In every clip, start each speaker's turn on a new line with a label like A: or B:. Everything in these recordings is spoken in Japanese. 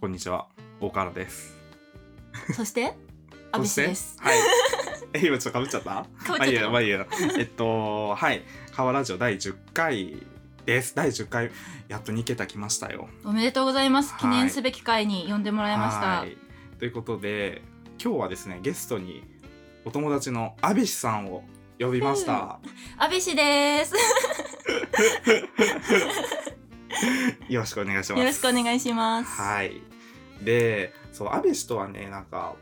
A: こんにちは、大河原です。
B: そして安
A: そ
B: 倍
A: し
B: 氏
A: て
B: です。
A: はい。 え、今ちょっと被っちゃった
B: かぶ
A: まあ
B: っ
A: いい
B: ちゃ
A: や、
B: っ
A: まあいいや。えっと、はい。河原ラジオ第10回です。第10回、やっと2桁来ましたよ。
B: たおめでとうございます
A: はい
B: 記念すべき回に呼んでもらいました
A: はい。ということで、今日はですね、ゲストにお友達の安部氏さんを呼びました。
B: 安倍氏です
A: よろしくお願いします。
B: よろしくお願いします
A: はい。で、そう、安部氏とはね、なんか、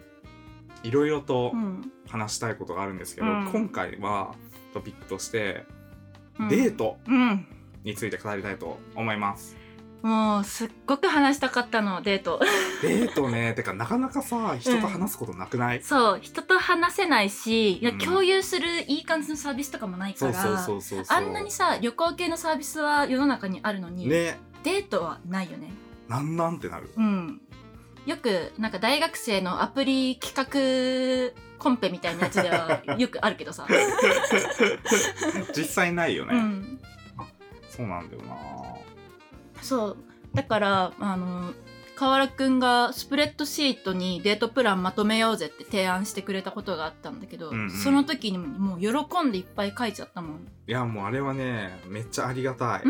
A: いろいろと
B: うん
A: 話したいことがあるんですけど、
B: うん
A: 今回はトピックとして、
B: うん
A: デート
B: うん
A: について語りたいと思います。
B: もうすっごく話したかったのデート
A: デートね、てかなかなかさ、人と話すことなくない、
B: そう人と話せないし、いや
A: うん
B: 共有するいい感じのサービスとかもないか
A: そう
B: ら
A: そうそうそうそう。
B: あんなにさ旅行系のサービスは世の中にあるのに、
A: ね、
B: デートはないよね
A: なんなんってなる。
B: うんよくなんか大学生のアプリ企画コンペみたいなやつではよくあるけどさ、
A: 実際ないよね。
B: うん、
A: そうなんだよな。
B: そうだからあの河原くんがスプレッドシートにデートプランまとめようぜって提案してくれたことがあったんだけど、
A: うんうん
B: その時にもう喜んでいっぱい書いちゃったもん
A: いや、もうあれはね、めっちゃありが たい。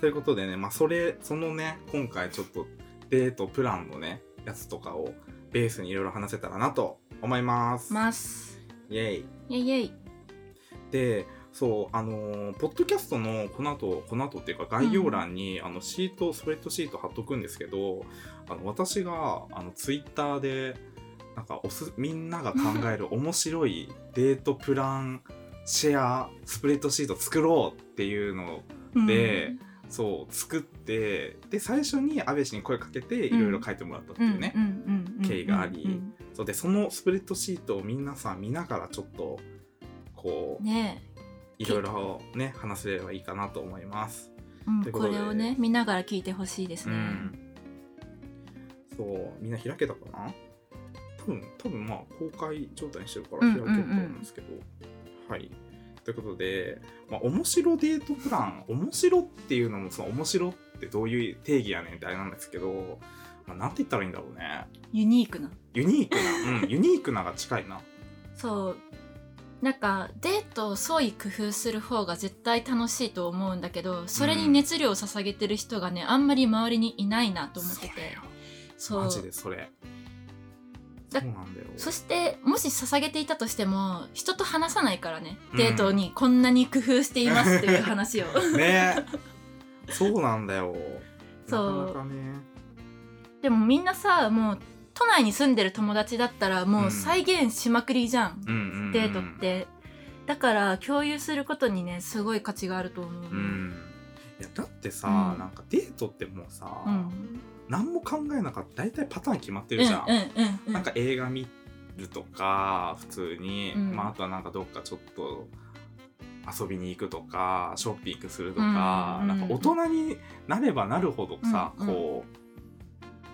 A: ということでね、まあ、それ、そのね、今回ちょっとデートプランのね、やつとかをベースにいろいろ話せたらなと思います。
B: ます
A: イェイ。
B: イェイイェイ
A: でそうあのーポッドキャストのこの後この後っていうか概要欄に、あのシートスプレッドシート貼っとくんですけどあの私があのツイッターでなんかおすみんなが考え る面白いデートプランシェアスプレッドシート作ろうっていうのを
B: うん
A: でそう作ってで最初に安倍氏に声かけていろいろ書いてもらったっていうね、
B: うんうんうんうんうんうん
A: 経緯がありそうでそのスプレッドシートを皆さん見ながらちょっとこう
B: ね
A: いろいろね話せればいいかなと思います。
B: え、うん
A: というこ
B: こと
A: で
B: れをね見ながら聞いてほしいです
A: う
B: ね、
A: ん。そうみんな開けたかな？多分多分まあ公開状態にしてるから開けると思うんですけど、はい。ということで、まあ、面白デートプラン面白っていうのもその面白ってどういう定義やねんってあれなんですけど、まあ、なんて言ったらいいんだろうね
B: ユニークな
A: ユニークな、うん、 ユニークなが近いな
B: そうなんかデートを創意工夫する方が絶対楽しいと思うんだけどそれに熱量を捧げてる人がねあんまり周りにいないなと思ってて
A: それよ
B: そう
A: マジでそれ
B: だ
A: そうなんだよ
B: そしてもし捧げていたとしても人と話さないからね
A: うん
B: デートにこんなに工夫していますってい う話を
A: ねそうなんだよ
B: そう
A: なかなかね
B: でもみんなさもう都内に住んでる友達だったらもう再現しまくりじゃん、
A: うんうんうん
B: デートってだから共有することにねすごい価値があると思う、
A: うんいやだってさ、
B: うん
A: なんかデートってもうさ、
B: うん
A: 何も考えなかった大体パターン決まってるじゃん、
B: うんうんうんうん、
A: なんか映画見るとか普通に、
B: うん
A: まあ、あとはなんかどっかちょっと遊びに行くとかショッピングするとか、
B: うんうん
A: なんか大人になればなるほどさ、
B: うんうん
A: こう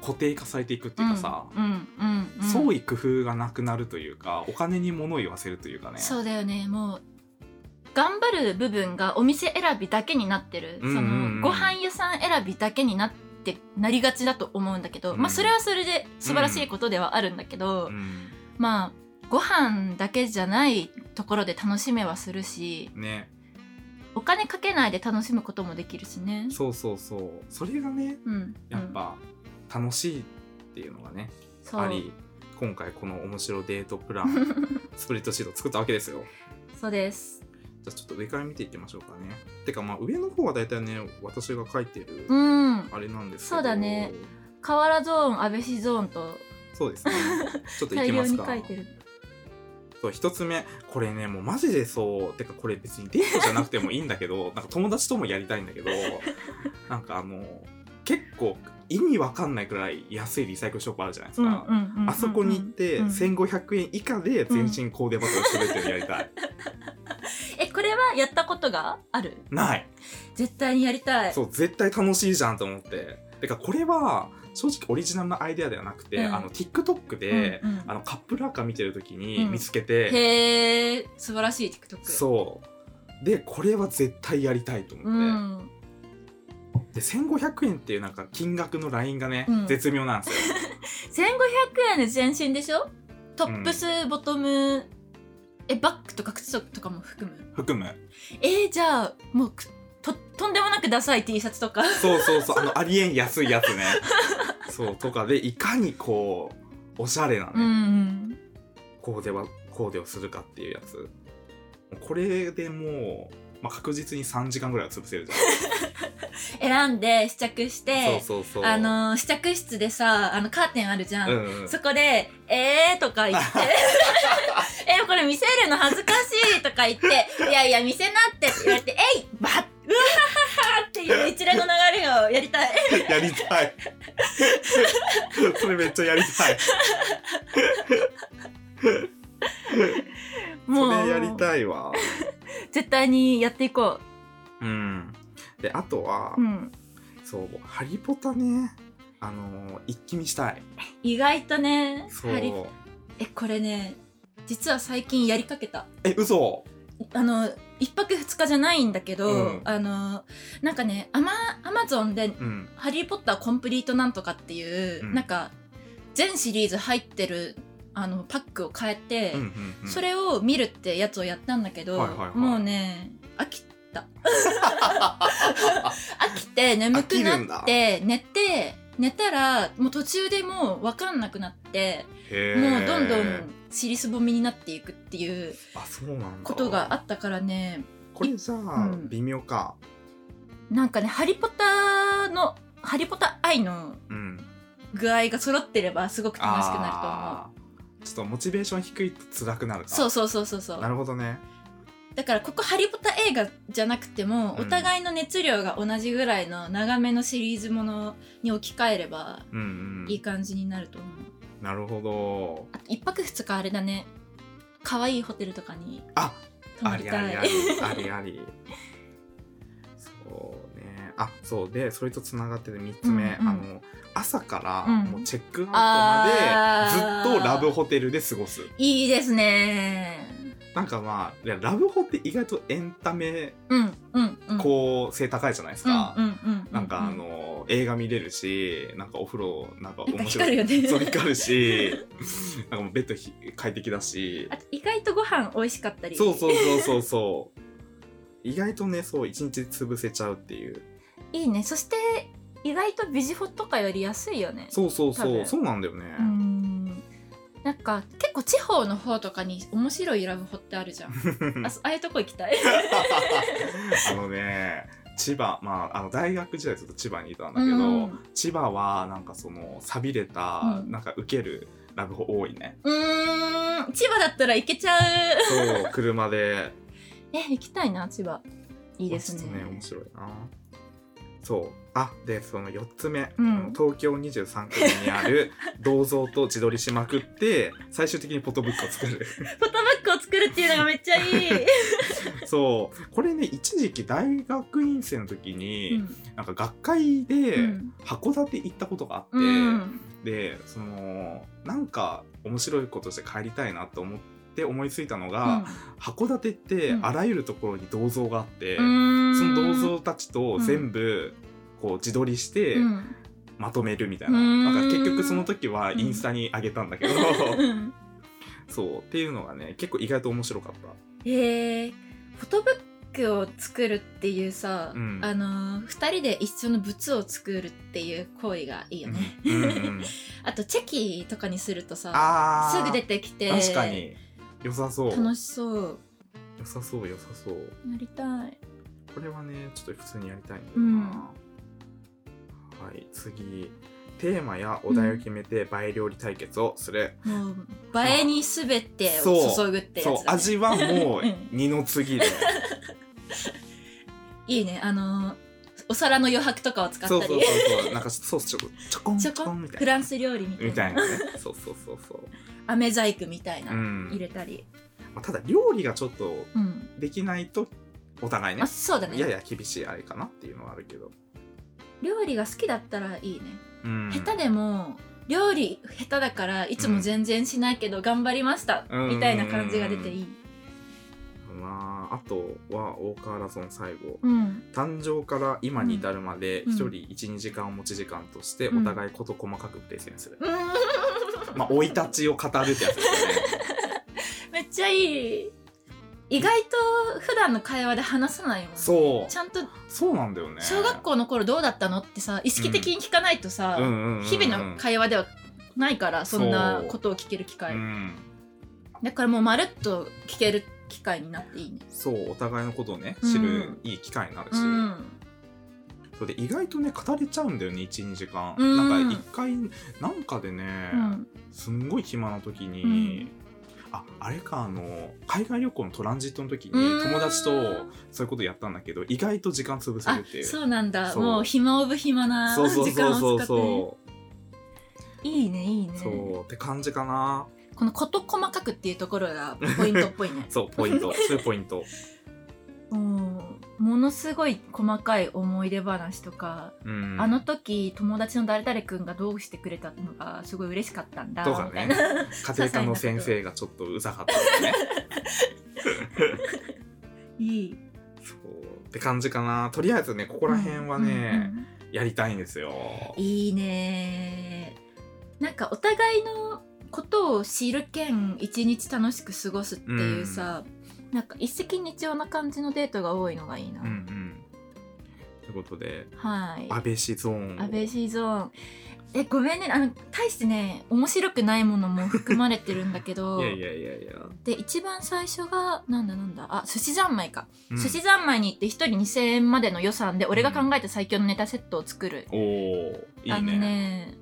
A: 固定化されていくっていうかさ、
B: うんうんうんうん、
A: 創意工夫がなくなるというかお金に物を言わせるというかね
B: そうだよねもう頑張る部分がお店選びだけになってる、
A: うんうんうん
B: そのご飯屋さん選びだけになってなりがちだと思うんだけど、
A: うん
B: まあそれはそれで素晴らしいことではあるんだけど、
A: うん
B: まあご飯だけじゃないところで楽しめはするし
A: ね
B: お金かけないで楽しむこともできるしね。
A: そうそうそうそれがね
B: うん、
A: やっぱ楽しいっていうのがね、
B: うんそう
A: あり今回この面白デートプラン スプレッドシート作ったわけですよ
B: そうです。
A: じゃあちょっと上から見ていきましょうかねてかまあ上の方は大体ね私が書いてる
B: うん、
A: あれなんですけど
B: そうだね河原ゾーン、安倍氏ゾーンと
A: そうですねちょっとい
B: 大
A: き
B: 量
A: ま
B: に
A: すか
B: 書いてる。
A: そう一つ目これねもうマジでそうてかこれ別にデートじゃなくてもいいんだけどなんか友達ともやりたいんだけどなんかあの結構意味わかんないくらい安いリサイクルショップあるじゃないですか、
B: うんうんうんうん
A: あそこに行って
B: うん
A: 1500円以下で全身コーデバトルするっていうのやりたい、
B: えこれはやったことがある
A: ない
B: 絶対にやりたい
A: そう絶対楽しいじゃんと思っててかこれは正直オリジナルのアイデアではなくて、
B: うん
A: あの TikTok で、
B: うんうん
A: あのカップルアカ見てる時に
B: うん
A: 見つけて、
B: へえ素晴らしい TikTok
A: そうでこれは絶対やりたいと思って、
B: うん
A: で1500円っていうなんか金額のラインがね、
B: うん
A: 絶妙なんですよ
B: 1500円で全身でしょトップス、ボトムえバッグとか靴とかも含む
A: 含む
B: えー、じゃあもうくととんでもなくダサい T シャツとか
A: そうそうそうあのありえん安いやつねそうとかでいかにこうおしゃれなね、
B: うんうん
A: コーデはコーデをするかっていうやつこれでもう、まあ、確実に3時間ぐらいは潰せるじ
B: 選んで試着し
A: ゃん
B: て
A: そうそうそう
B: あのー試着室でさあのカーテンあるじゃん、
A: うんうん
B: そこで「えー」とか 言って「えこれ見せるの恥ずかしい」とか言って「いやいや見せなって」って言われて「えいバッうわははは」っていう一連の流れをやりたい
A: やりた いそれめっちゃやりたい
B: も
A: そうれやりたいわ
B: 絶対にやっていこ
A: うんであとは、
B: う、うん、
A: そう「ハリポタね」あのー一気見したい
B: 意外とね
A: そう
B: ハリえこれね実は最近やりかけた
A: え嘘
B: あの一泊二日じゃないんだけど、
A: うん
B: あのなんかねアマアマゾンで
A: うん
B: 「ハリー・ポッターコンプリートなんとか」っていう、
A: うん
B: なんか全シリーズ入ってるあのパックを変えて、
A: うんうん、うん、
B: それを見るってやつをやったんだけど、
A: はいはいはい
B: もうね飽き 飽きて眠く
A: 飽きるん
B: な
A: だ
B: って寝て寝たらもう途中でもう分かんなくなって、
A: へ
B: も
A: ー
B: うどんどん尻すぼみになっていくっていう
A: あそうなんだ
B: ことがあったからね
A: これじゃあ、
B: うん
A: 微妙か
B: なんかね「ハリポタ」の「ハリポタ愛」の
A: うん
B: 具合が揃ってればすごく楽しくなると思う。
A: あーちょっとモチベーション低いと辛くなるか
B: そうそうそうそうそ
A: な
B: う
A: るほどね
B: だからここハリポタ映画じゃなくても、
A: うん
B: お互いの熱量が同じぐらいの長めのシリーズものに置き換えれば
A: うんうん
B: いい感じになると思う
A: なるほど
B: あと1泊2日あれだね可愛いホテルとかに
A: あ
B: 泊ま
A: あ
B: り
A: りあ
B: たい
A: りありありありそうねあそうでそれとつながってて3つ目、
B: うんうん
A: あの朝から
B: うん
A: もうチェックアウトま
B: あー
A: でずっとラブホテルで過ごす
B: いいですね
A: なんかまあいやラブホって意外とエンタメ
B: うんうんうん
A: こう性高いじゃないですか、
B: うんうんうんうん、
A: なんかあの、映画見れるしなんかお風呂なんか
B: なんか
A: 面白い
B: 光るよね
A: そう光るし なんかもうベッドひ快適だし
B: あと意外とご飯美味しかったり
A: そうそうそうそうそう意外とねそう一日潰せちゃうっていう
B: いいねそして意外とビジホとかより安いよね
A: そうそう
B: 多
A: そう
B: 分
A: そうなんだよね、
B: うーんなんか結構地方の方とかに面白いラブホってあるじゃん あそああいうとこ行きたい
A: あのね千葉まああの大学時代ずっと千葉にいたんだ
B: う
A: けど、
B: ん
A: 千葉はなんかその寂れた、
B: うん
A: なんか受けるラブホ多いね
B: うーん千葉だったら行けちゃう
A: そう車で
B: え行きたいな千葉いいです
A: ちょっと
B: ね
A: 面白いなそうあでその4つ目、
B: うん
A: あの東京23区にあ る銅像と自撮りしまくって最終的にフォトブックを作 る
B: フォトブックを作るっていうのがめっちゃいい、
A: そうこれね一時期大学院生の時に、
B: うん
A: なんか学会
B: う
A: で
B: ん
A: 函館行ったことがあって、
B: うん
A: でそのなんか面白いことして帰りたいなと思って思いついたのが、函館って
B: うん
A: あらゆるところに銅像があって、
B: うん
A: その銅像たちと全部こう自撮りして
B: うん
A: まとめるみたいな,、
B: うん
A: なんか結局その時はインスタに上げたんだけど、
B: うん
A: そうっていうのがね結構意外と面白かった
B: へえフォトブックを作るっていうさ、
A: うん
B: あのー、2人で一緒の仏を作るっていう行為がいいよね、
A: うん うん、
B: あとチェキとかにするとさ
A: あー
B: すぐ出てきて
A: 確かに良さそう
B: 楽しそう
A: 良さそう良さそう
B: やりたい
A: これはねちょっと普通にやりたいんだよな、はい次テーマやお題を決めて倍料理対決をする、
B: もう映えに全て
A: そ
B: を
A: う
B: 注ぐってやつだ、
A: そ
B: ね
A: う味はもう
B: うん
A: 二の次で
B: いいねあのー、お皿の余白とかを使った
A: そ
B: り
A: うそうそうそうなんかソースちょこちょこん
B: チ
A: ち
B: ョ
A: ょ
B: コ
A: こん
B: ン
A: みた
B: フ
A: いな
B: ランス料理みたい
A: み
B: な
A: たいなねそうそうそうそう
B: 飴細工みたいな、
A: うん
B: 入れたり、
A: まあ、ただ料理がちょっと
B: うん
A: できないとお互いね
B: あそうだね
A: やや厳しいあれかなっていうのはあるけど、
B: 料理が好きだったらいいね
A: うん、
B: 下手でも料理下手だからいつも全然しないけど頑張りました、
A: うん
B: みたいな感じが出ていい、
A: ねなあとはウォーカーラソン細胞
B: うん
A: 誕生から今に至るまで
B: うん
A: 一人12時間を持ち時間として
B: う
A: お
B: ん
A: 互い事細かくプレゼンする、
B: うん
A: まあ生い立ちを語るってやつですよね
B: めっちゃいい意外と普段の会話で話さないもん
A: そう
B: ちゃんと
A: そうなんだよね
B: 小学校の頃どうだったのってさ意識的に聞かないとさ、
A: うんうんうんうん
B: 日々の会話ではないからそんなことを聞ける機会、
A: うん
B: だからもうまるっと聞ける機会になっていいね
A: そうお互いのことをね
B: うん
A: 知るいい機会になるし、
B: うん
A: それで意外とね語れちゃうんだよね12時間、
B: うん
A: なんか一回なんかでね、
B: うん
A: すんごい暇な時に、ああれかあの海外旅行のトランジットの時に
B: うん
A: 友達とそういうことやったんだけど意外と時間潰せ
B: あ
A: るっていう
B: そうなんだ
A: そう
B: もう暇オブ暇な
A: そうそう
B: 時
A: そ
B: 間
A: うそ
B: を使
A: う
B: ってね
A: そ
B: いいねいいね
A: うそうって感じかな
B: この事細かくっていうところがポイントっぽいね
A: そうポイ ントそういうポイント
B: うんものすごい細かい思い出話とか、
A: うん
B: あの時友達の誰々くんがどうしてくれたのがすごい嬉しかったんだ
A: とかね
B: みたいな
A: 家庭科の先生がちょっとうざかったとかね
B: いい
A: そうって感じかなとりあえずねここら辺はね、
B: うんうん
A: やりたいんですよ
B: いいねなんかお互いのことを知る兼一日楽しく過ごすっていうさ、なんか一石二鳥な感じのデートが多いのがいいな、
A: うんうんということで
B: はい
A: 安倍シゾーン
B: 安倍シーゾーンえごめんねあの大してね面白くないものも含まれてるんだけど
A: いやいやいやいや、
B: で一番最初がなんだなんだあ寿司三昧か、
A: うん
B: 寿司三昧に行って1人2,000円までの予算で俺が考えた最強のネタセットを作る、
A: おおいい
B: あの
A: ね
B: ね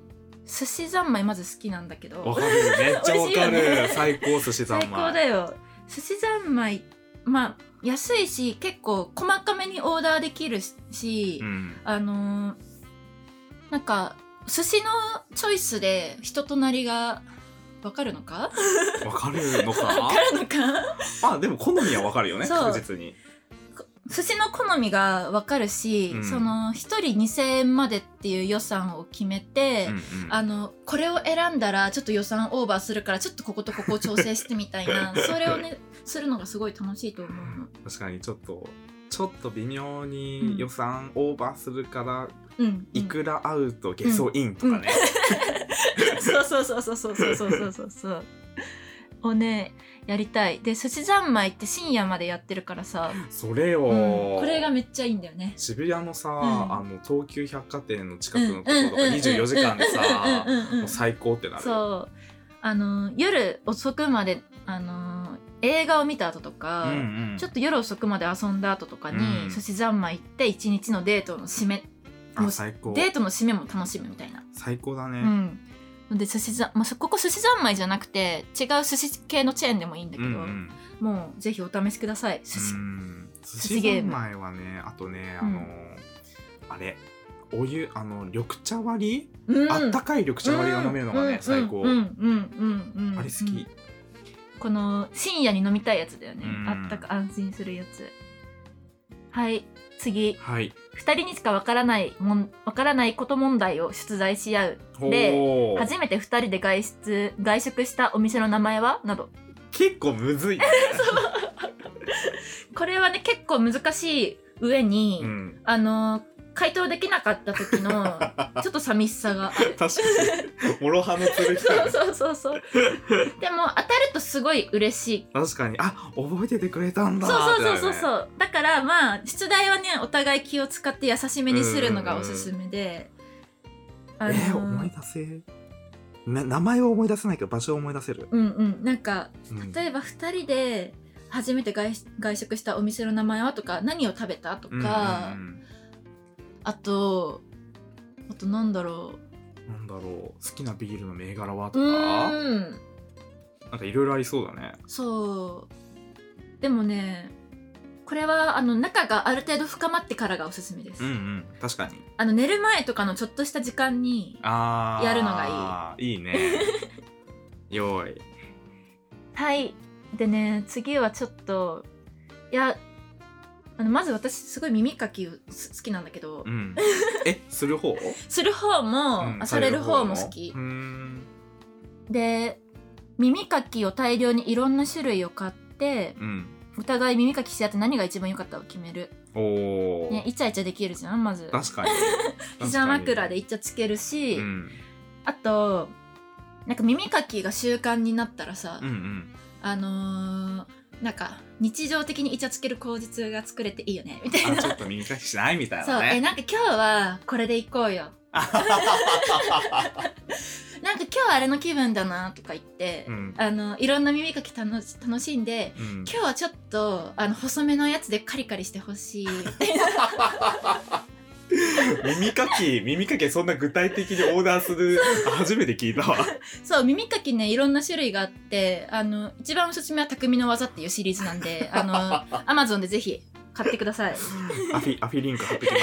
B: 寿司三昧まず好きなんだけど
A: わかるめっちゃわか
B: 美味しいよ
A: る、
B: ね
A: 最高寿司三昧
B: 最高だよ寿司三昧まあ安いし結構細かめにオーダーできるし、
A: うん
B: あのーなんか寿司のチョイスで人となりがわかるのか
A: わかるの
B: わ
A: か
B: かるのか
A: まあでも好みはわかるよね
B: そう
A: 確実に
B: 寿司の好みがわかるし、
A: うん
B: その1人2,000円までっていう予算を決めて、
A: うん
B: あのこれを選んだらちょっと予算オーバーするからちょっとこことここを調整してみた いなそれをねするのがすごい楽しいと思うの。
A: うん確かにちょっとちょっと微妙に予算オーバーするから、
B: うん、
A: いくらアウトゲソインとかね、
B: そうそうそうそうそうそうそうそうそうそうをねやりたいで寿司三昧って深夜までやってるからさ、
A: それよ、
B: うんこれがめっちゃいいんだよね
A: 渋谷のさ、
B: ん
A: あの東急百貨店の近くのところとか24時間でさ、もう最高ってなる
B: そうあの夜遅くまであの映画を見た後とか、
A: うんうん、
B: ちょっと夜遅くまで遊んだ後とかに、
A: うん
B: 寿司三昧行って一日のデートの締めも
A: あ
B: う
A: 最高
B: デートの締めも楽しむみたいな
A: 最高だね、
B: うんので寿司ざ、まあ、そここ寿司三昧じゃなくて違う寿司系のチェーンでもいいんだけ
A: う
B: ど、
A: んうん
B: もうぜひお試しください寿司、
A: うん寿
B: 寿司
A: 司
B: ゲー
A: 三
B: ム
A: 昧はねあとねあ
B: うん
A: の、あれお湯あの緑茶割り、
B: うん
A: あったかい緑茶割りが飲めるのがね、
B: うん
A: 最高、
B: うんうんうんうんうん
A: あれ好き、
B: この深夜に飲みたいやつだよね、
A: うん
B: あったか安心するやつはい次
A: はい
B: 2人にしかわからないもんわからないこと問題を出題し合う
A: ほー
B: 初めて2人で外出外食したお店の名前はなど
A: 結構むずい、 ね、
B: これはね結構難しい上に、
A: うん
B: あの回答できなかった時 のちょっと寂しさがある
A: 確かに諸刃の剣だ
B: そう
A: ね
B: そうそうそうでも当たるとすごい嬉しい
A: 確かにあ覚えててくれたんだ
B: そう
A: ー
B: そ
A: って
B: う
A: な
B: そ
A: る
B: う
A: ね
B: そうそうだからまあ出題はねお互い気を使って優しめにするのがおすすめで、あの
A: えー、思い出せな名前は思い出せないけど場所を思い出せる、
B: うんうんなんか
A: うん
B: 例えば2人で初めて外外食したお店の名前はとか何を食べたとか、
A: うんうん
B: あとあとなんだろ
A: うんなんだろう好きなビールの銘柄は
B: う
A: と
B: う
A: か
B: ーん
A: なんかいろいろありそうだね
B: そうでもねこれはあの仲がある程度深まってからがおすすめです、
A: うんうん確かに
B: あの寝る前とかのちょっとした時間に
A: あー
B: やるのが
A: いいいいね よーい
B: はいでね次はちょっといやあのまず私すごい耳かきをす好きなんだけど、
A: うんえする方、
B: する方も、
A: うん
B: あされる方も好き
A: うーん
B: で耳かきを大量にいろんな種類を買って
A: うん
B: お互い耳かきし合って何が一番良かったを決める、
A: おお、
B: ね、イチャイチャできるじゃんまず
A: 確かに
B: 膝枕で
A: い
B: イチャつけるし、
A: うん、
B: あとなんか耳かきが習慣になったらさ、
A: うんうん
B: あのーなんか日常的にイチャつける口実が作れていいよねみたい
A: あ
B: な
A: ちょっと耳かきしないみたい
B: そ
A: な
B: う
A: ね
B: えなんか今日はこれで行こ うよなんか今日はあれの気分だなとか言って、
A: うん
B: あのいろんな耳かき楽し楽しんで
A: うん
B: 今日はちょっとあの細めのやつでカリカリしてほしい
A: 耳かき耳かきそんな具体的にオーダーする初めて聞いたわ
B: そう耳かきねいろんな種類があってあの一番おすすめは「匠の技」っていうシリーズな んであのアマゾンでぜひ買ってください
A: アフィアフィリンク貼ってきま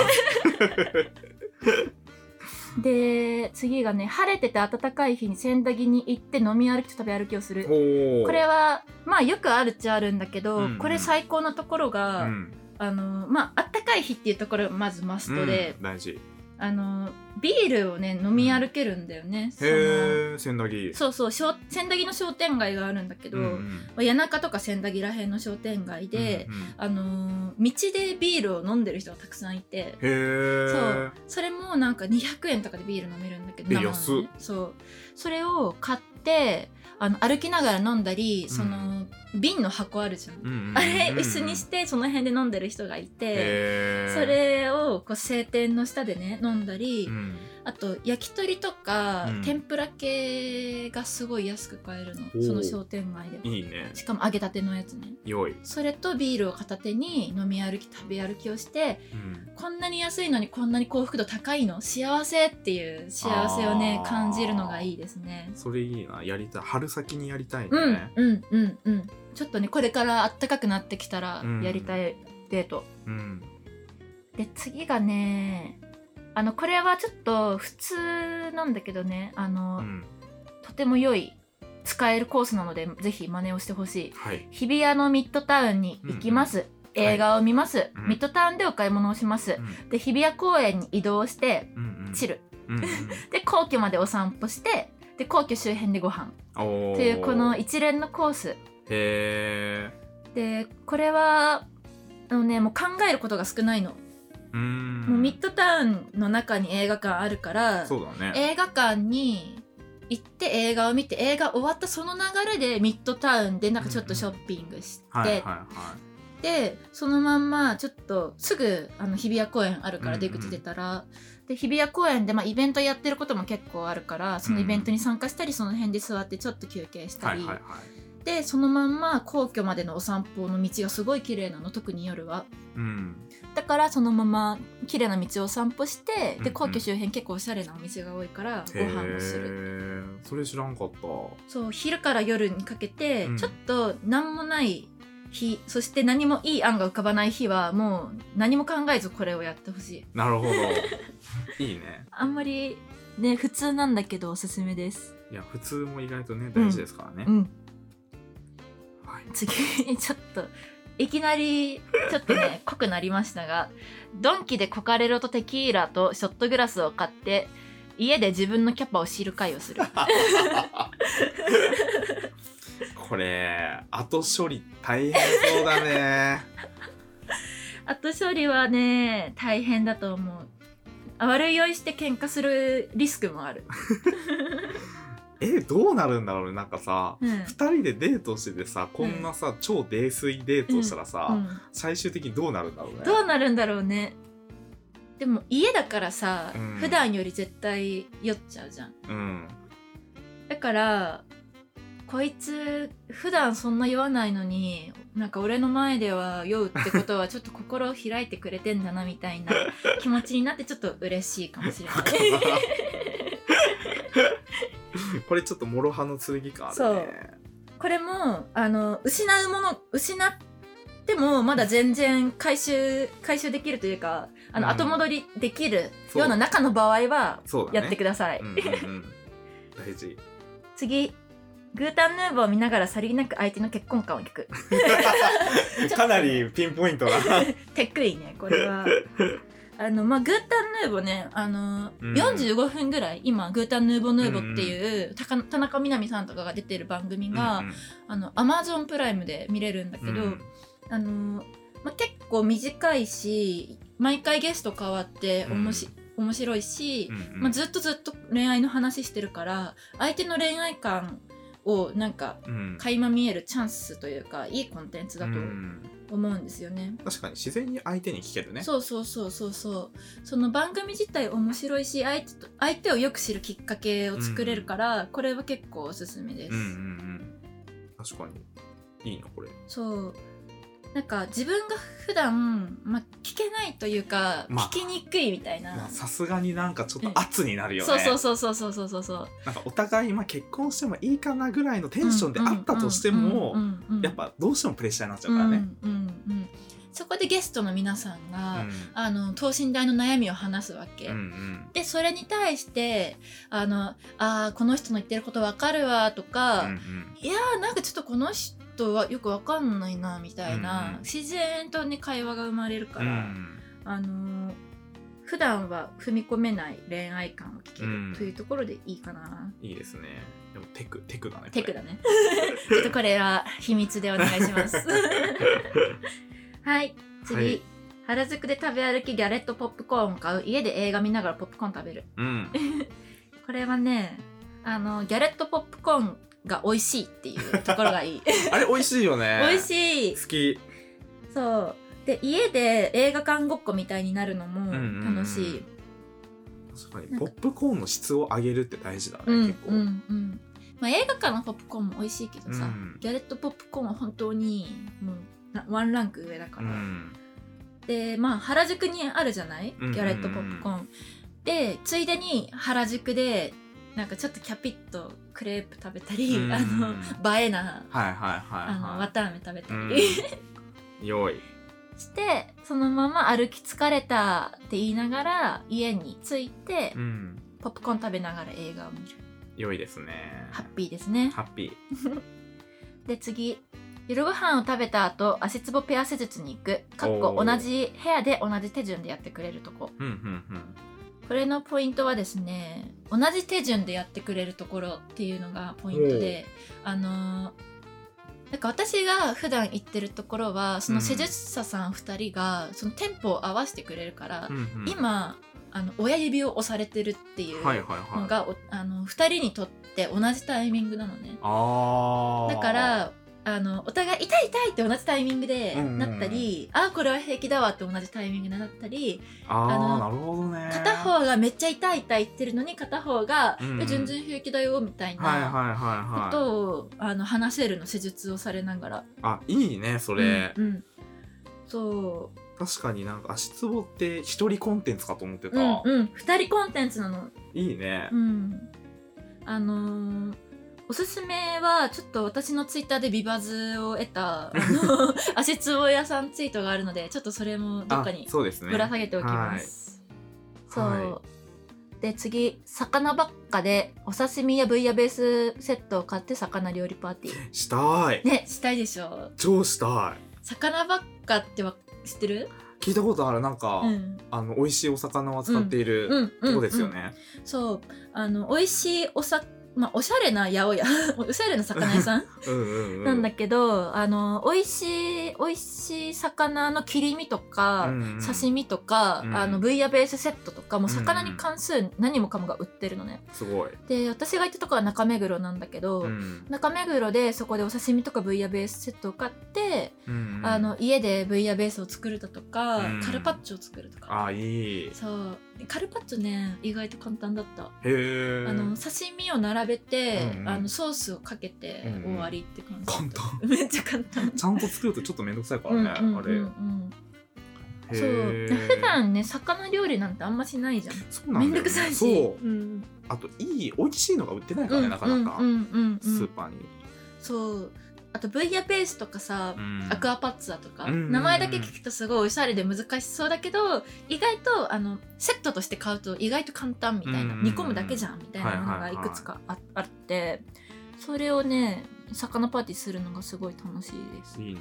A: す
B: で次がね晴れてて暖かい日に千駄木に行って飲み歩きと食べ歩きをする
A: おお
B: これはまあよくあるっちゃあるんだけど、
A: うんうん
B: これ最高なところが、
A: うん
B: あのまあ暖かい日っていうところがまずマストで、
A: うん大事
B: あのビールをね飲み歩けるんだよね、その
A: へえ千駄木
B: そうそう商千駄木の商店街があるんだけど、
A: うんうん
B: まあ谷中とか千駄木らへんの商店街で、
A: うんうん
B: あのー道でビールを飲んでる人がたくさんいて
A: へえ
B: そうそれもなんか200円とかでビール飲めるんだけど
A: え
B: 生のねそうそれを買ってあの歩きながら飲んだりその、瓶の箱あるじゃん、あれ椅子にしててその辺で飲んでる人がいて、
A: へえ
B: それをこう晴天の下でね飲んだり、
A: うん
B: あと焼き鳥とか、
A: うん
B: 天ぷら系がすごい安く買える
A: お
B: の
A: ー
B: その商店街で
A: いいね
B: しかも揚げたてのやつね
A: 良い
B: それとビールを片手に飲み歩き食べ歩きをして
A: うん
B: こんなに安いのにこんなに幸福度高いの幸せっていう幸せをね
A: あー
B: 感じるのがいいですね
A: それいいなやりたい春先にやりたいね
B: うんうんうんうんちょっとねこれから暖かくなってきたら
A: うん
B: やりたいデート、
A: うん
B: で次がねあのこれはちょっと普通なんだけどねあ
A: う
B: の、
A: ん
B: とても良い使えるコースなのでぜひ真似をしてほしい
A: はい
B: 日比谷のミッドタウンに行きます、映画を見ます、
A: うん
B: ミッドタウンでお買い物をします、
A: うん
B: で日比谷公園に移動して
A: うんうん
B: チル
A: うんう ん
B: で皇居までお散歩してで皇居周辺でご飯
A: おー
B: っていうこの
A: へ
B: 一連のコース
A: え
B: でこれはあのねもう考えることが少ないの、
A: うん
B: もうミッドタウンの中に映画館あるから
A: そうだね
B: 映画館に行って映画を見て映画終わったその流れでミッドタウンでなんかちょっとショッピングして、
A: はいはいはい
B: でそのまんまちょっとすぐあの日比谷公園ある
A: う
B: か
A: んう
B: ら
A: ん
B: 出口出たら、で日比谷公園で、まあ、イベントやってることも結構あるからそのイベントに参加したり、その辺で座ってちょっと休憩した
A: はい
B: り、
A: はいはい
B: でそのまんま皇居までのお散歩の道がすごい綺麗なの特に夜は
A: うん
B: だからそのまま綺麗な道をお散歩して、
A: うんう
B: で
A: ん
B: 皇居周辺結構おしゃれなお店が多いからご飯をする
A: へえそれ知らんかった
B: そう昼から夜にかけて、
A: うん
B: ちょっと何もない日そして何もいい案が浮かばない日はもう何も考えずこれをやってほしい
A: なる ほどいいね
B: あんまりね普通なんだけどおすすめです
A: いや普通も意外とね大事ですからね
B: うん
A: はい
B: 次ちょっといきなりちょっとね 濃くなりましたがドンキでコカレロとテキーラとショットグラスを買って家で自分のキャパを知る会を する
A: これ後処理大変そうだ ね
B: 後処理はね大変だと思うあ悪酔いして喧嘩するリスクもある、
A: えどうなるんだろうねなんかさ
B: うん
A: 二人でデートしててさこんなさ、超泥酔デートしたらさ、
B: うん
A: 最終的にどうなるんだろうね
B: どうなるんだろうねでも家だからさ、
A: うん
B: 普段より絶対酔っちゃうじゃん
A: うん
B: だからこいつ普段そんな酔わないのになんか俺の前では酔うってことはちょっと心を開いてくれてんだなみた いな気持ちになってちょっと嬉しいかもしれない
A: これちょっと諸刃の剣感あるね
B: そう これもあの失うもの失ってもまだ全然回収回収できるというかあの、
A: うん
B: 後戻りできる
A: そう
B: ような中の場合は
A: そうだね
B: やってください、
A: うんうんうん大事
B: 次グータンヌーボーを見ながらさりげなく相手の結婚観を聞く
A: かなりピンポイント だ
B: てっくいねこれ はあのまあグータンヌーボーねあの、
A: うん
B: 45分ぐらい今グータンヌーボーヌーボーっていう、たか田中みな実さんとかが出てる番組が、
A: うんうん
B: あのアマゾンプライムで見れるんだけど、
A: うん
B: あのーまあ、結構短いし毎回ゲスト変わっておもし、面白いし、まあ、ずっとずっと恋愛の話してるから相手の恋愛観をなんか
A: うん
B: 垣間見えるチャンスというかいいコンテンツだと
A: うん
B: 思うんですよね。
A: 確かに自然に相手に聞けるね。
B: そうそうそうそうそうその番組自体面白いし相手と相手をよく知るきっかけを作れるから、これは結構おすすめです。
A: うんうんうん。確かに。いいな、これ。
B: そうなんか自分が普段、まあ、聞けないというか、
A: まあ
B: 聞きにくいみたいな、
A: まあさすがになんかちょっ
B: うん
A: と圧になるよね。
B: そうそうそうそうそうそうそうそう
A: なんかお互いまあ結婚してもいいかなぐらいのテンションであったとしても、やっぱどうしてもプレッシャーになっちゃうからね。
B: うんうんうん、そこでゲストの皆さん
A: うん
B: が、あの等身大の悩みを話すわけ、
A: うんうん
B: でそれに対してあのあーこの人の言ってることわかるわとか、
A: うんうん
B: いやーなんかちょっとこの人はよくわかんないなみたいな、
A: うんうん
B: 自然とね会話が生まれるか
A: う
B: ら、
A: ん
B: あのー普段は踏み込めない恋愛感を聞け
A: うん
B: るというところでいいかな、
A: いいですね。でもテクテクだね。これ
B: テクだね ちょっとこれは秘密でお願いしますはい次、
A: はい
B: 原宿で食べ歩きギャレットポップコーンを買う家で映画見ながらポップコーン食べる
A: うん。
B: これはねあのギャレットポップコーンが美味しいっていうところ がいい
A: あれ美味しいよね。
B: 美味しい
A: 好き。
B: そうで家で映画館ごっこみたいになるのも楽し
A: う
B: い、
A: んうんうん確かにポップコーンの質を上げるって大事だね。
B: うん
A: 結構。
B: うんうんまあ、映画館のポップコーンも美味しいけどさ、
A: うん
B: ギャレットポップコーンは本当にもうなワンランク上だか
A: う
B: ら、
A: ん
B: でまあ原宿にあるじゃな
A: う
B: い、
A: んうんうん
B: ギャレットポップコーンでついでに原宿でなんかちょっとキャピッとクレープ食べたり、
A: うん
B: あの映えな
A: はいはいはい
B: あの
A: は
B: 綿あめ食べたり、
A: い。よい。
B: してそのまま歩き疲れたって言いながら家に着いて、
A: うん。
B: ポップコーン食べながら映画を見る
A: 良いですね。
B: ハッピーですね
A: ハッピ
B: で次夜ご飯を食べた後足つぼペア施術に行くかっこ
A: おー
B: 同じ部屋で同じ手順でやってくれるとこ
A: ー。うんうん
B: これのポイントはですね同じ手順でやってくれるところっていうのがポイントであのーなんか私が普段行ってるところはその施術者さん2人がそのテンポを合わせてくれるから
A: う、ん。うんうん、
B: 今あの親指を押されてるっていう
A: はいはいは
B: の
A: い。
B: が、おあの2人にとって同じタイミングなのね。
A: あー
B: だからあのお互い痛い痛いって同じタイミングで
A: うんうんうん
B: なったり、ああこれは平気だわって同じタイミングでなったり
A: あー
B: あの
A: なるほどね
B: 片
A: はい
B: 方がめっちゃ痛い痛い言ってるのに片方が「
A: うんうん
B: え全然平気だよ」みたい
A: はいはい
B: なこ
A: はい
B: とを、あの話せるの施術をされながら。
A: あいいねそれ、
B: うんうんそう
A: 確かになんか足つぼって一人コンテンツかと思ってた、
B: うんうん2人コンテンツなの
A: いいね
B: うん、あのーおすすめはちょっと私のツイッターでビバズを得たあ の足つぼ屋さんツイートがあるのでちょっとそれもどっかに
A: あそうですね
B: ぶら下げておきます。そう、
A: は
B: で次魚ばっかでお刺身やブイヤベースセットを買って魚料理パーティ ー。
A: したい、
B: ねしたいでしょ
A: 超した
B: 魚ばっかっては知ってる
A: い聞いたことあるなんか、
B: うん
A: あの美味しいお魚を使っている、
B: うんうん
A: とこですよね、
B: そうあの美味しいおさ、まあ、おしゃれな八百屋 おしゃれな魚屋さん
A: うん、うんうん
B: なんだけど、あの美味しい美味しい魚の切り身とか、
A: うんうん
B: 刺身とか、
A: うん
B: あのブイヤベースセットとかもう魚
A: うんう
B: に
A: ん
B: 関する何もかもが売ってるのね。
A: すごい、
B: で私が行ったとこは中目黒なんだけど、
A: うん
B: 中目黒でそこでお刺身とかブイヤベースセットを買って、
A: うんうん
B: あの家でブイヤベースを作るだとか、
A: うん
B: カルパッチョを作るとか。
A: あいいへ
B: そうでカルパッチョね意外と簡単だった、
A: え
B: あの刺身を並べて、
A: うんうん
B: あのソースをかけて
A: うんうん
B: 終わりって感じだった、
A: 簡単
B: めっちゃ簡単
A: ちゃんと作るとちょっと面倒くさいか
B: う
A: ら
B: ん
A: ね、
B: うんうんうん
A: あれ
B: そう
A: へー
B: 普段ね魚料理なんてあんましないじゃん
A: そうなんだよ
B: め
A: ね
B: んどくさいし
A: そう
B: うん
A: あといい美味しいのが売ってないからね、なかなか、
B: うんうんうんう
A: スー
B: ん
A: パーに、
B: そうあとブイヤベースとかさ、
A: うん
B: アクアパッツァとか、
A: うんうんうん
B: 名前だけ聞くとすごいおしゃれで難しそうだけど意外とあのセットとして買うと意外と簡単みたいな、
A: うんうんうん
B: 煮込むだけじゃんみたいなものがいくつかあ,、あってそれをね魚パーティーするのがすごい楽しいです
A: いいな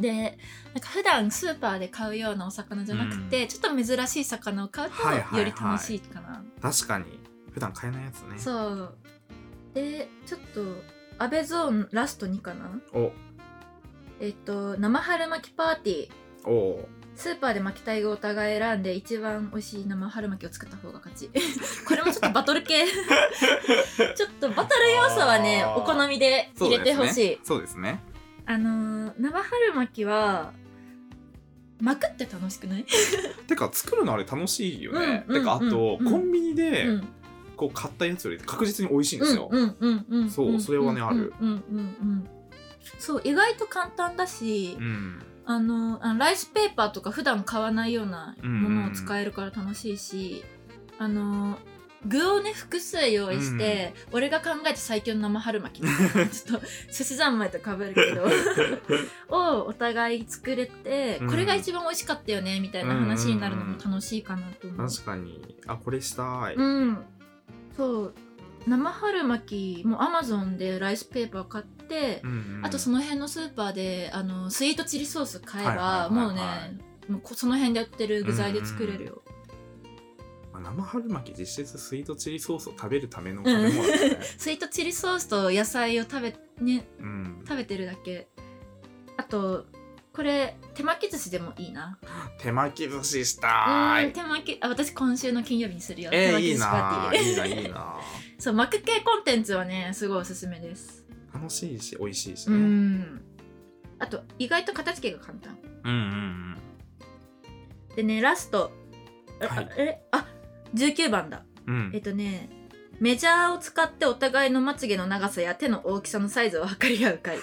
B: でなんか普段スーパーで買うようなお魚じゃなくて、ちょっと珍しい魚を買う
A: はいはいは
B: と
A: い
B: より楽しいかな、
A: ぁ確かに普段買えないやつね
B: そうでちょっと安倍ゾーンラスト2かな
A: お
B: えっと生春巻きパーティー
A: おお
B: スーパーで巻きたいをお互い選んで一番美味しい生春巻きを作った方が勝ち これもちょっとバトル 系ちょっとバトル要素はね
A: あー
B: お好みで
A: ー
B: 入れてほしい、
A: そうですね
B: あのー生春巻きは巻くって楽しくない、
A: てか作るのあれ楽しいよね、
B: うんうん
A: てかあと、
B: うん
A: コンビニで
B: うん
A: こう買ったやつより確実に美味しいんですよ、
B: うんうんうんうん
A: そうんそれはねある
B: うんうんうんそう意外と簡単だし、
A: うん
B: あのあのライスペーパーとか普段買わないようなものを使えるから楽しいし、あの具をね複数用意して、俺が考えた最強の生春巻 きちょっと寿司三昧とかぶるけ どをお互い作れて、
A: うん
B: これが一番美味しかったよねみたいな話になるのも楽しいかなと思う。
A: 確かにあこれしたい、
B: うん、そう生春巻きもアマゾンでライスペーパー買って、
A: うんうん
B: あとその辺のスーパーであのスイートチリソース買え
A: はい
B: ば
A: はいはいはい
B: もうねもうこその辺で売ってる具材で作れるよ、
A: まあ生春巻き実質スイートチリソースを食べるための食べ物だよね、
B: スイートチリソースと野菜を食べ,、ね、
A: うん、
B: 食べてるだけあとこれ手巻き寿司でもいいな
A: 手巻き寿司した
B: う
A: ー
B: ん
A: い
B: 手巻きあ私今週の金曜日にするよ、
A: えー、
B: 手巻
A: いい
B: き寿司パー
A: な
B: ティ
A: ー
B: ー
A: いいないいな
B: そう巻く系コンテンツはねすごいおすすめです
A: ー楽しいし美味しいし
B: う
A: ね、
B: ん。あと、意外と片付けが簡単。
A: うんうん
B: でね、ラスト。あ
A: はい
B: え、あ、19番だ。
A: うんうん
B: えっとね、メジャーを使ってお互いのまつげの長さや手の大きさのサイズを測り合う 会。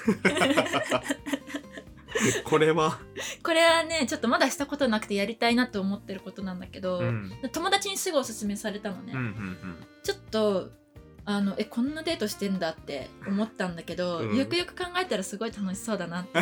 A: これ は、
B: これはね、ちょっとまだしたことなくてやりたいなと思ってることなんだけど、
A: うん、
B: 友達にすぐおすすめされたのね。
A: うんうんうん
B: ちょっと、あのえこんなデートしてんだって思ったんだけど、
A: うん
B: よくよく考えたらすごい楽しそうだなって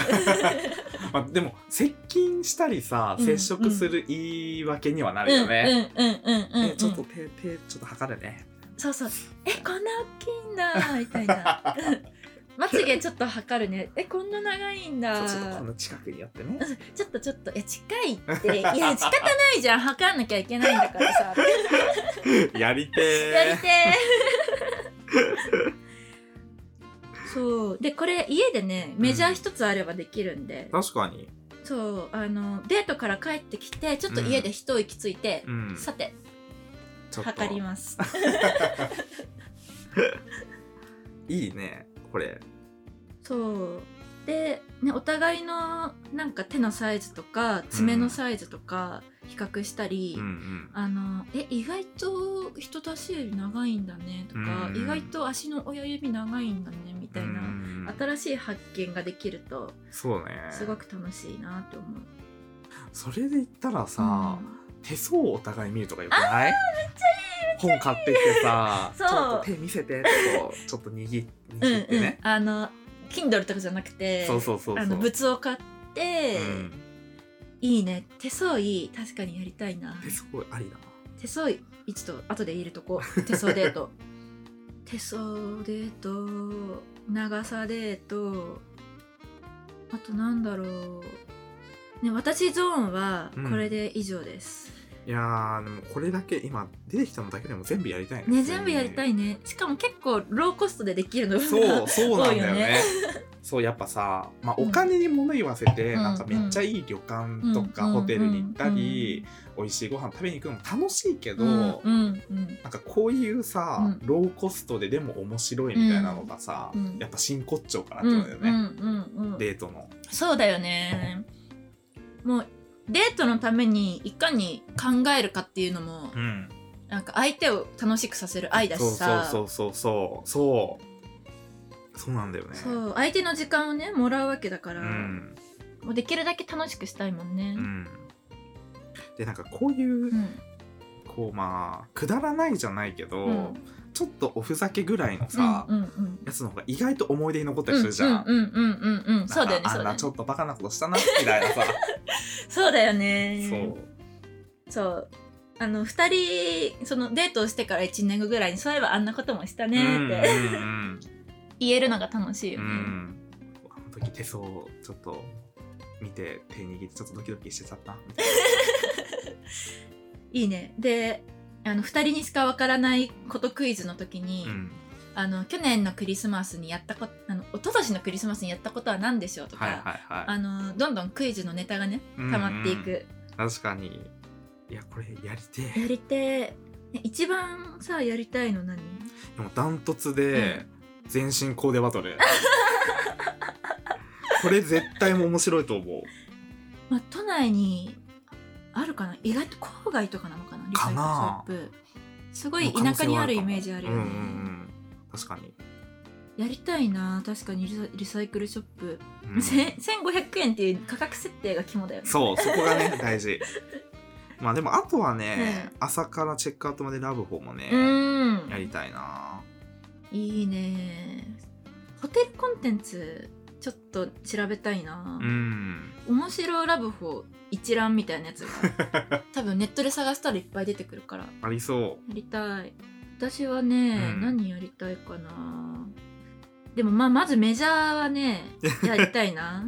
A: まあ、でも接近したりさ、
B: うん
A: 接触する言い訳にはなるよね、
B: うんうんうんうんうん、うん、
A: えちょっと手手ちょっと測るね
B: そうそう。え、こんな大きいんだみたいな。 まつげちょっと測るね。え、こんな長い
A: ち
B: ん
A: ょ
B: だ。
A: っとこの近くにやってね
B: うんちょっとちょっと、え、近いって。いや、仕方ないじゃん。測んなきゃいけないんだからさ。
A: やりて
B: やり
A: ー
B: てーそう。で、これ家でね、メジャー一つあればできるんで。
A: 確かに、
B: そう。あの、デートから帰ってきて、ちょっと家で一息ついて、
A: うん、
B: さて、
A: ちょっと
B: 測ります。
A: いいねこれ
B: そうで、ね、お互いのなんか手のサイズとか爪のサイズとか比較したり、
A: うんうん
B: あのえ意外と人差し指長いんだねとか、
A: うんうん
B: 意外と足の親指長いんだねみたいな、
A: うん
B: 新しい発見ができると
A: そうね
B: すごく楽しいなと思う。
A: それで言ったらさ、
B: うん
A: 手相をお互い見るとかよくない本買ってきてさち
B: そう
A: ょっと手見せてってこうちょっと握っ
B: うん
A: 握ってね、
B: うん、あの Kindle とかじゃなくて
A: そうそうそうそう
B: あの物を買って、
A: うん
B: いいね手相いい確かにやりたいな
A: 手相ありだな
B: 手相一と後で入れ とこう手相デート手相デート長さデートあとなんだろうね私ゾーンは
A: うん
B: これで以上です、
A: いやーでもこれだけ今出てきたのだけでも全部やりたい
B: ね全部やりた
A: い
B: いねしかも結構ローコストでできるのが
A: そうそうなんだよね
B: 多いよね
A: そうやっぱさ、まあ、
B: うん
A: お金に物言わせて、
B: うん
A: なんかめっちゃいい旅館とか
B: うん
A: ホテルに行ったり、美味しいご飯食べに行くのも楽しいけど、
B: うんうんうん
A: なんかこういうさ、
B: うん
A: ローコストででも面白いみたいなのがさ、
B: うん
A: やっぱ真骨頂かなっ
B: う
A: て
B: ん
A: 思
B: う
A: うんだよね、
B: んうんうん
A: デートの。
B: そうだよねもうデートのためにいかに考えるかっていうのも
A: うん、
B: なんか相手を楽しくさせる愛だ
A: そう
B: し
A: そう
B: さ
A: そうそうそうそうそうなんだよね。
B: そう相手の時間をねもらうわけだから、
A: うん
B: もうできるだけ楽しくしたいもんね
A: う。ん、でなんかこういう、
B: うん
A: こうまあくだらないじゃないけど、
B: うん
A: ちょっとおふざけぐらいのさ、
B: うんうんうん
A: やつの方が意外と思い出に残ったりするじゃん。
B: うんうんうんうんうん
A: なんか
B: そうだよね
A: あ
B: そ
A: ん
B: うだ
A: な
B: よ
A: ち
B: ね
A: ょっとバカなことしたなみたい なさ
B: そうだよ
A: そ
B: ね
A: う
B: そうあの2人そのデートをしてから1年後ぐらいにそういえばあんなこともしたね
A: う
B: っ
A: んう
B: て、
A: ん
B: 言えるのが楽しい
A: うんう
B: よね、
A: んあの時手相ちょっと見て手握ってちょっとドキドキしてちゃったみたい
B: いいねであの2人にしかわからないことクイズの時に、
A: な、うん
B: あの去年のクリスマスにやったことあの一昨年のクリスマスにやったことは何でしょうとか、
A: はいはいはい
B: あのどんどんクイズのネタがね溜まっていく、
A: 確かにいやこれやりてえ
B: やりてえ一番さやりたいの何
A: でもダントツで全身コーデバトルこれ絶対も面白いと思う
B: まあ、都内にあるかな意外と郊外とかなのかなリサイクルショップすごい田舎にあるイメージあるよね、
A: うんうんうん、確かに、
B: やりたいな確かにリサリサイクルショップ、
A: うん
B: 千1500円っていう価格設定が肝だよね
A: そうそこがね大事 まあでもあとはね
B: う、
A: 朝からチェックアウトまでラブホもね、
B: うん
A: やりたいない
B: いねホテルコンテンツちょっと調べたいな、
A: うん
B: 面白ラブホ一覧みたいなや つが多分ネットで探したらいっぱい出てくるからや
A: ありそ
B: りたい私はね、
A: うん
B: 何やりたいかなでもまあまずメジャー はねやりたいな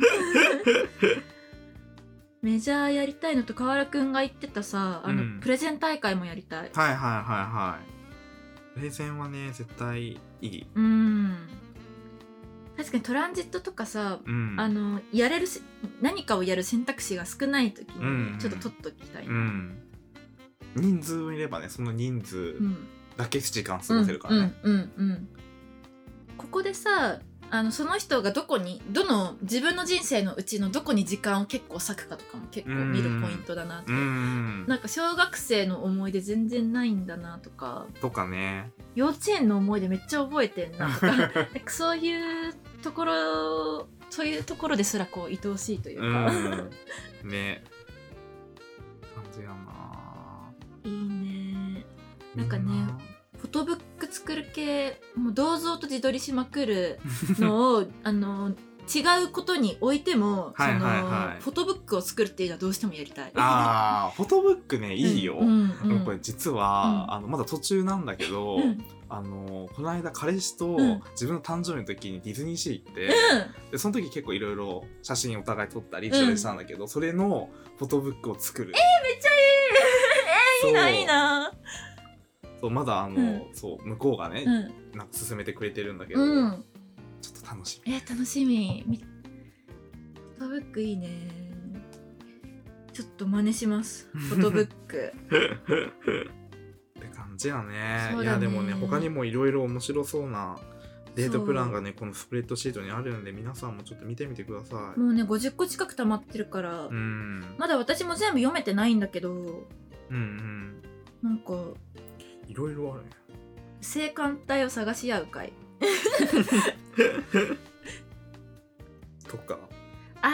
B: メジャーやりたいのと河原くんが言ってたさあの、
A: うん
B: プレゼン大会もやりたいう
A: はいはいはいはいプレゼンはね絶対いい
B: うん確かにトランジットとかさ
A: うん
B: あのやれるせ何かをやる選択肢が少ない時
A: うんう
B: に
A: ん
B: ちょっと取っときたいな、
A: うん人数いればねその人数
B: うん
A: だけ時間過ごせるからね、
B: うんうんうんうんここでさあのその人がどこにどの自分の人生のうちのどこに時間を結構割くかとかも結構見るポイントだなって、
A: うんうん
B: なんか小学生の思い出全然ないんだなとか
A: とかね
B: 幼稚園の思い出めっちゃ覚えてんな とかなんかそういうところそういうところですらこう愛おしいという
A: う
B: か、
A: ん ね感じやない
B: いねなんかねフォトブック作る系もう銅像と自撮りしま くるのをあの違うことに置いても、
A: はいはいはい
B: そのフォトブックを作るっていうのはどうしてもやりたい。
A: あーフォトブックねいいよ、
B: うんうん
A: でもこれ実は、
B: うん
A: あのまだ途中なんだけど、
B: うんうん
A: あのこの間彼氏と
B: うん
A: 自分の誕生日の時にディズニーシー行って、でその時結構いろいろ写真お互い撮ったり一緒にしたんだけど、それのフォトブックを作る
B: めっちゃいいいいな
A: そう
B: いいな。
A: そうまだあの、
B: う
A: そう向こうがね、
B: うん、
A: なんか勧めてくれてるんだけど、
B: うん、
A: ちょっと楽し
B: えー楽しみ。みフォトブックいいね。ちょっと真似 します。フォトブック。
A: みって感じやね
B: そうだね
A: いやでもね他にもいろいろ面白そうなデートプランがねこのスプレッドシートにあるんで皆さんもちょっと見てみてください
B: もうね50個近く溜まってるから、
A: うん
B: まだ私も全部読めてないんだけど、
A: うんうん
B: なんか
A: いろいろあるね
B: 性感帯を探し合う会
A: とか
B: あ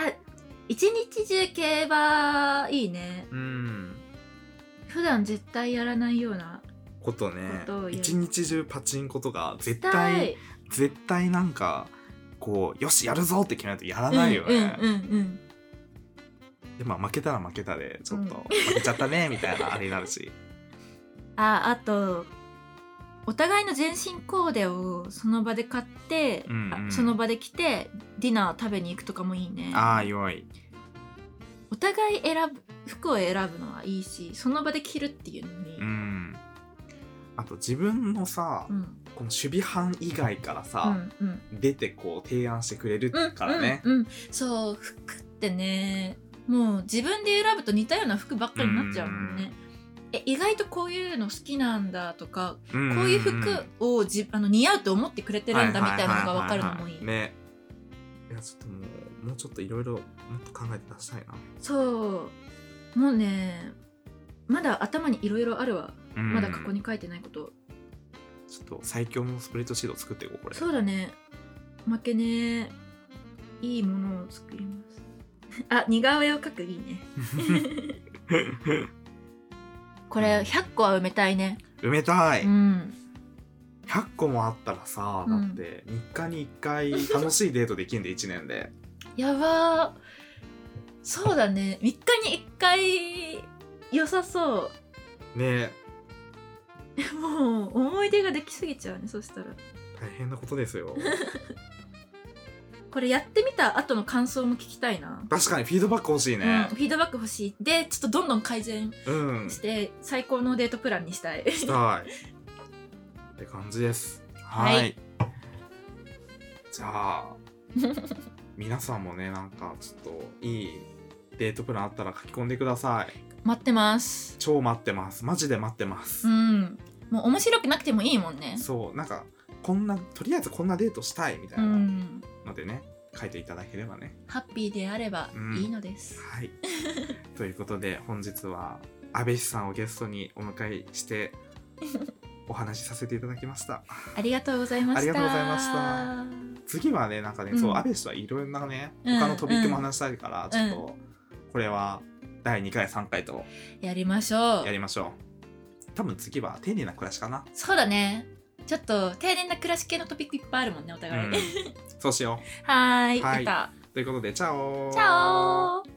B: 一日中競馬いいね
A: うん
B: 普段絶対やらないような
A: ことね
B: ことをやる
A: 一日中パチンコとか絶
B: 絶
A: 対
B: 対
A: 絶対なんかこうよしやるぞって決めないとやらないよね、
B: うんうんうんうん
A: でまあ負けたら負けたでちょっと、
B: うん
A: 負けちゃったねみたいなあれになる し
B: ああとお互いの全身コーデをその場で買って、
A: うんうん
B: あその場で着てディナー食べに行くとかもいいね
A: ああ良い
B: お互い選ぶ服を選ぶのはいいしその場で着るっていうのに、
A: うんあと自分のさ、
B: うん
A: この守備班以外からさ、
B: うんうん
A: 出てこう提案してくれるからね、
B: うんうんうん、そう服ってねもう自分で選ぶと似たような服ばっかりになっちゃうもん
A: うん
B: ね。え意外とこういうの好きなんだとか、
A: んんん
B: こういう服をじあの似合うと思ってくれてるんだみたいなのが分かるのもいい。
A: ねいやちょっともうもうちょっといろいろもっと考えて出したいな、
B: そうもうねまだ頭にいろいろあるわ
A: うん
B: まだ過去に書いてないこと、
A: ちょっと最強のスプレッドシート作っていこうこれ
B: そうだね負けねいいものを作りますあ似顔絵を描くいいねこれ100個は埋めたいね、
A: 埋めたい、
B: うん
A: 100個もあったらさだ
B: う
A: っ
B: ん
A: て3日に1回楽しいデートできんで1年で
B: やばーそうだね3日に1回良さそ
A: ね
B: う もう思い出ができすぎちゃうねそしたら
A: 大変なことですよ
B: これやってみた後の感想も聞きたいな、
A: 確かにフィードバック欲しい
B: うん
A: ね、
B: フィードバック欲しいでちょっとどんどん改善
A: うん、
B: して最高のデートプランにしたい
A: したいって感じですはい、
B: はい
A: じゃあ皆さんもねなんかちょっといいデートプランあったら書き込んでください
B: 待ってます
A: 超待ってますマジで待ってます
B: う、んもう面白くなくてもいいもんね
A: そうなんかこんなとりあえずこんなデートしたいみたいうなんのでね、書いていただければね
B: ハッピーであればいいのです、
A: はい ということで本日は安倍氏さんをゲストにお迎えしてお話しさせていただきました
B: ありがとうございました
A: ありがとうございまし次はねなんかね、そううん安倍氏はいろんなね
B: うん
A: 他のトピックも話したいから、
B: うん
A: ちょっとこれは第2回3回と
B: やりましょう
A: やりましょう多分次は丁寧な暮らしかな、
B: そうだねちょっと丁寧な暮らし系のトピックいっぱいあるもんねお
A: う
B: 互い、
A: ん、そうしよ
B: はーい
A: はい
B: やった
A: うということでチャオ
B: チャオ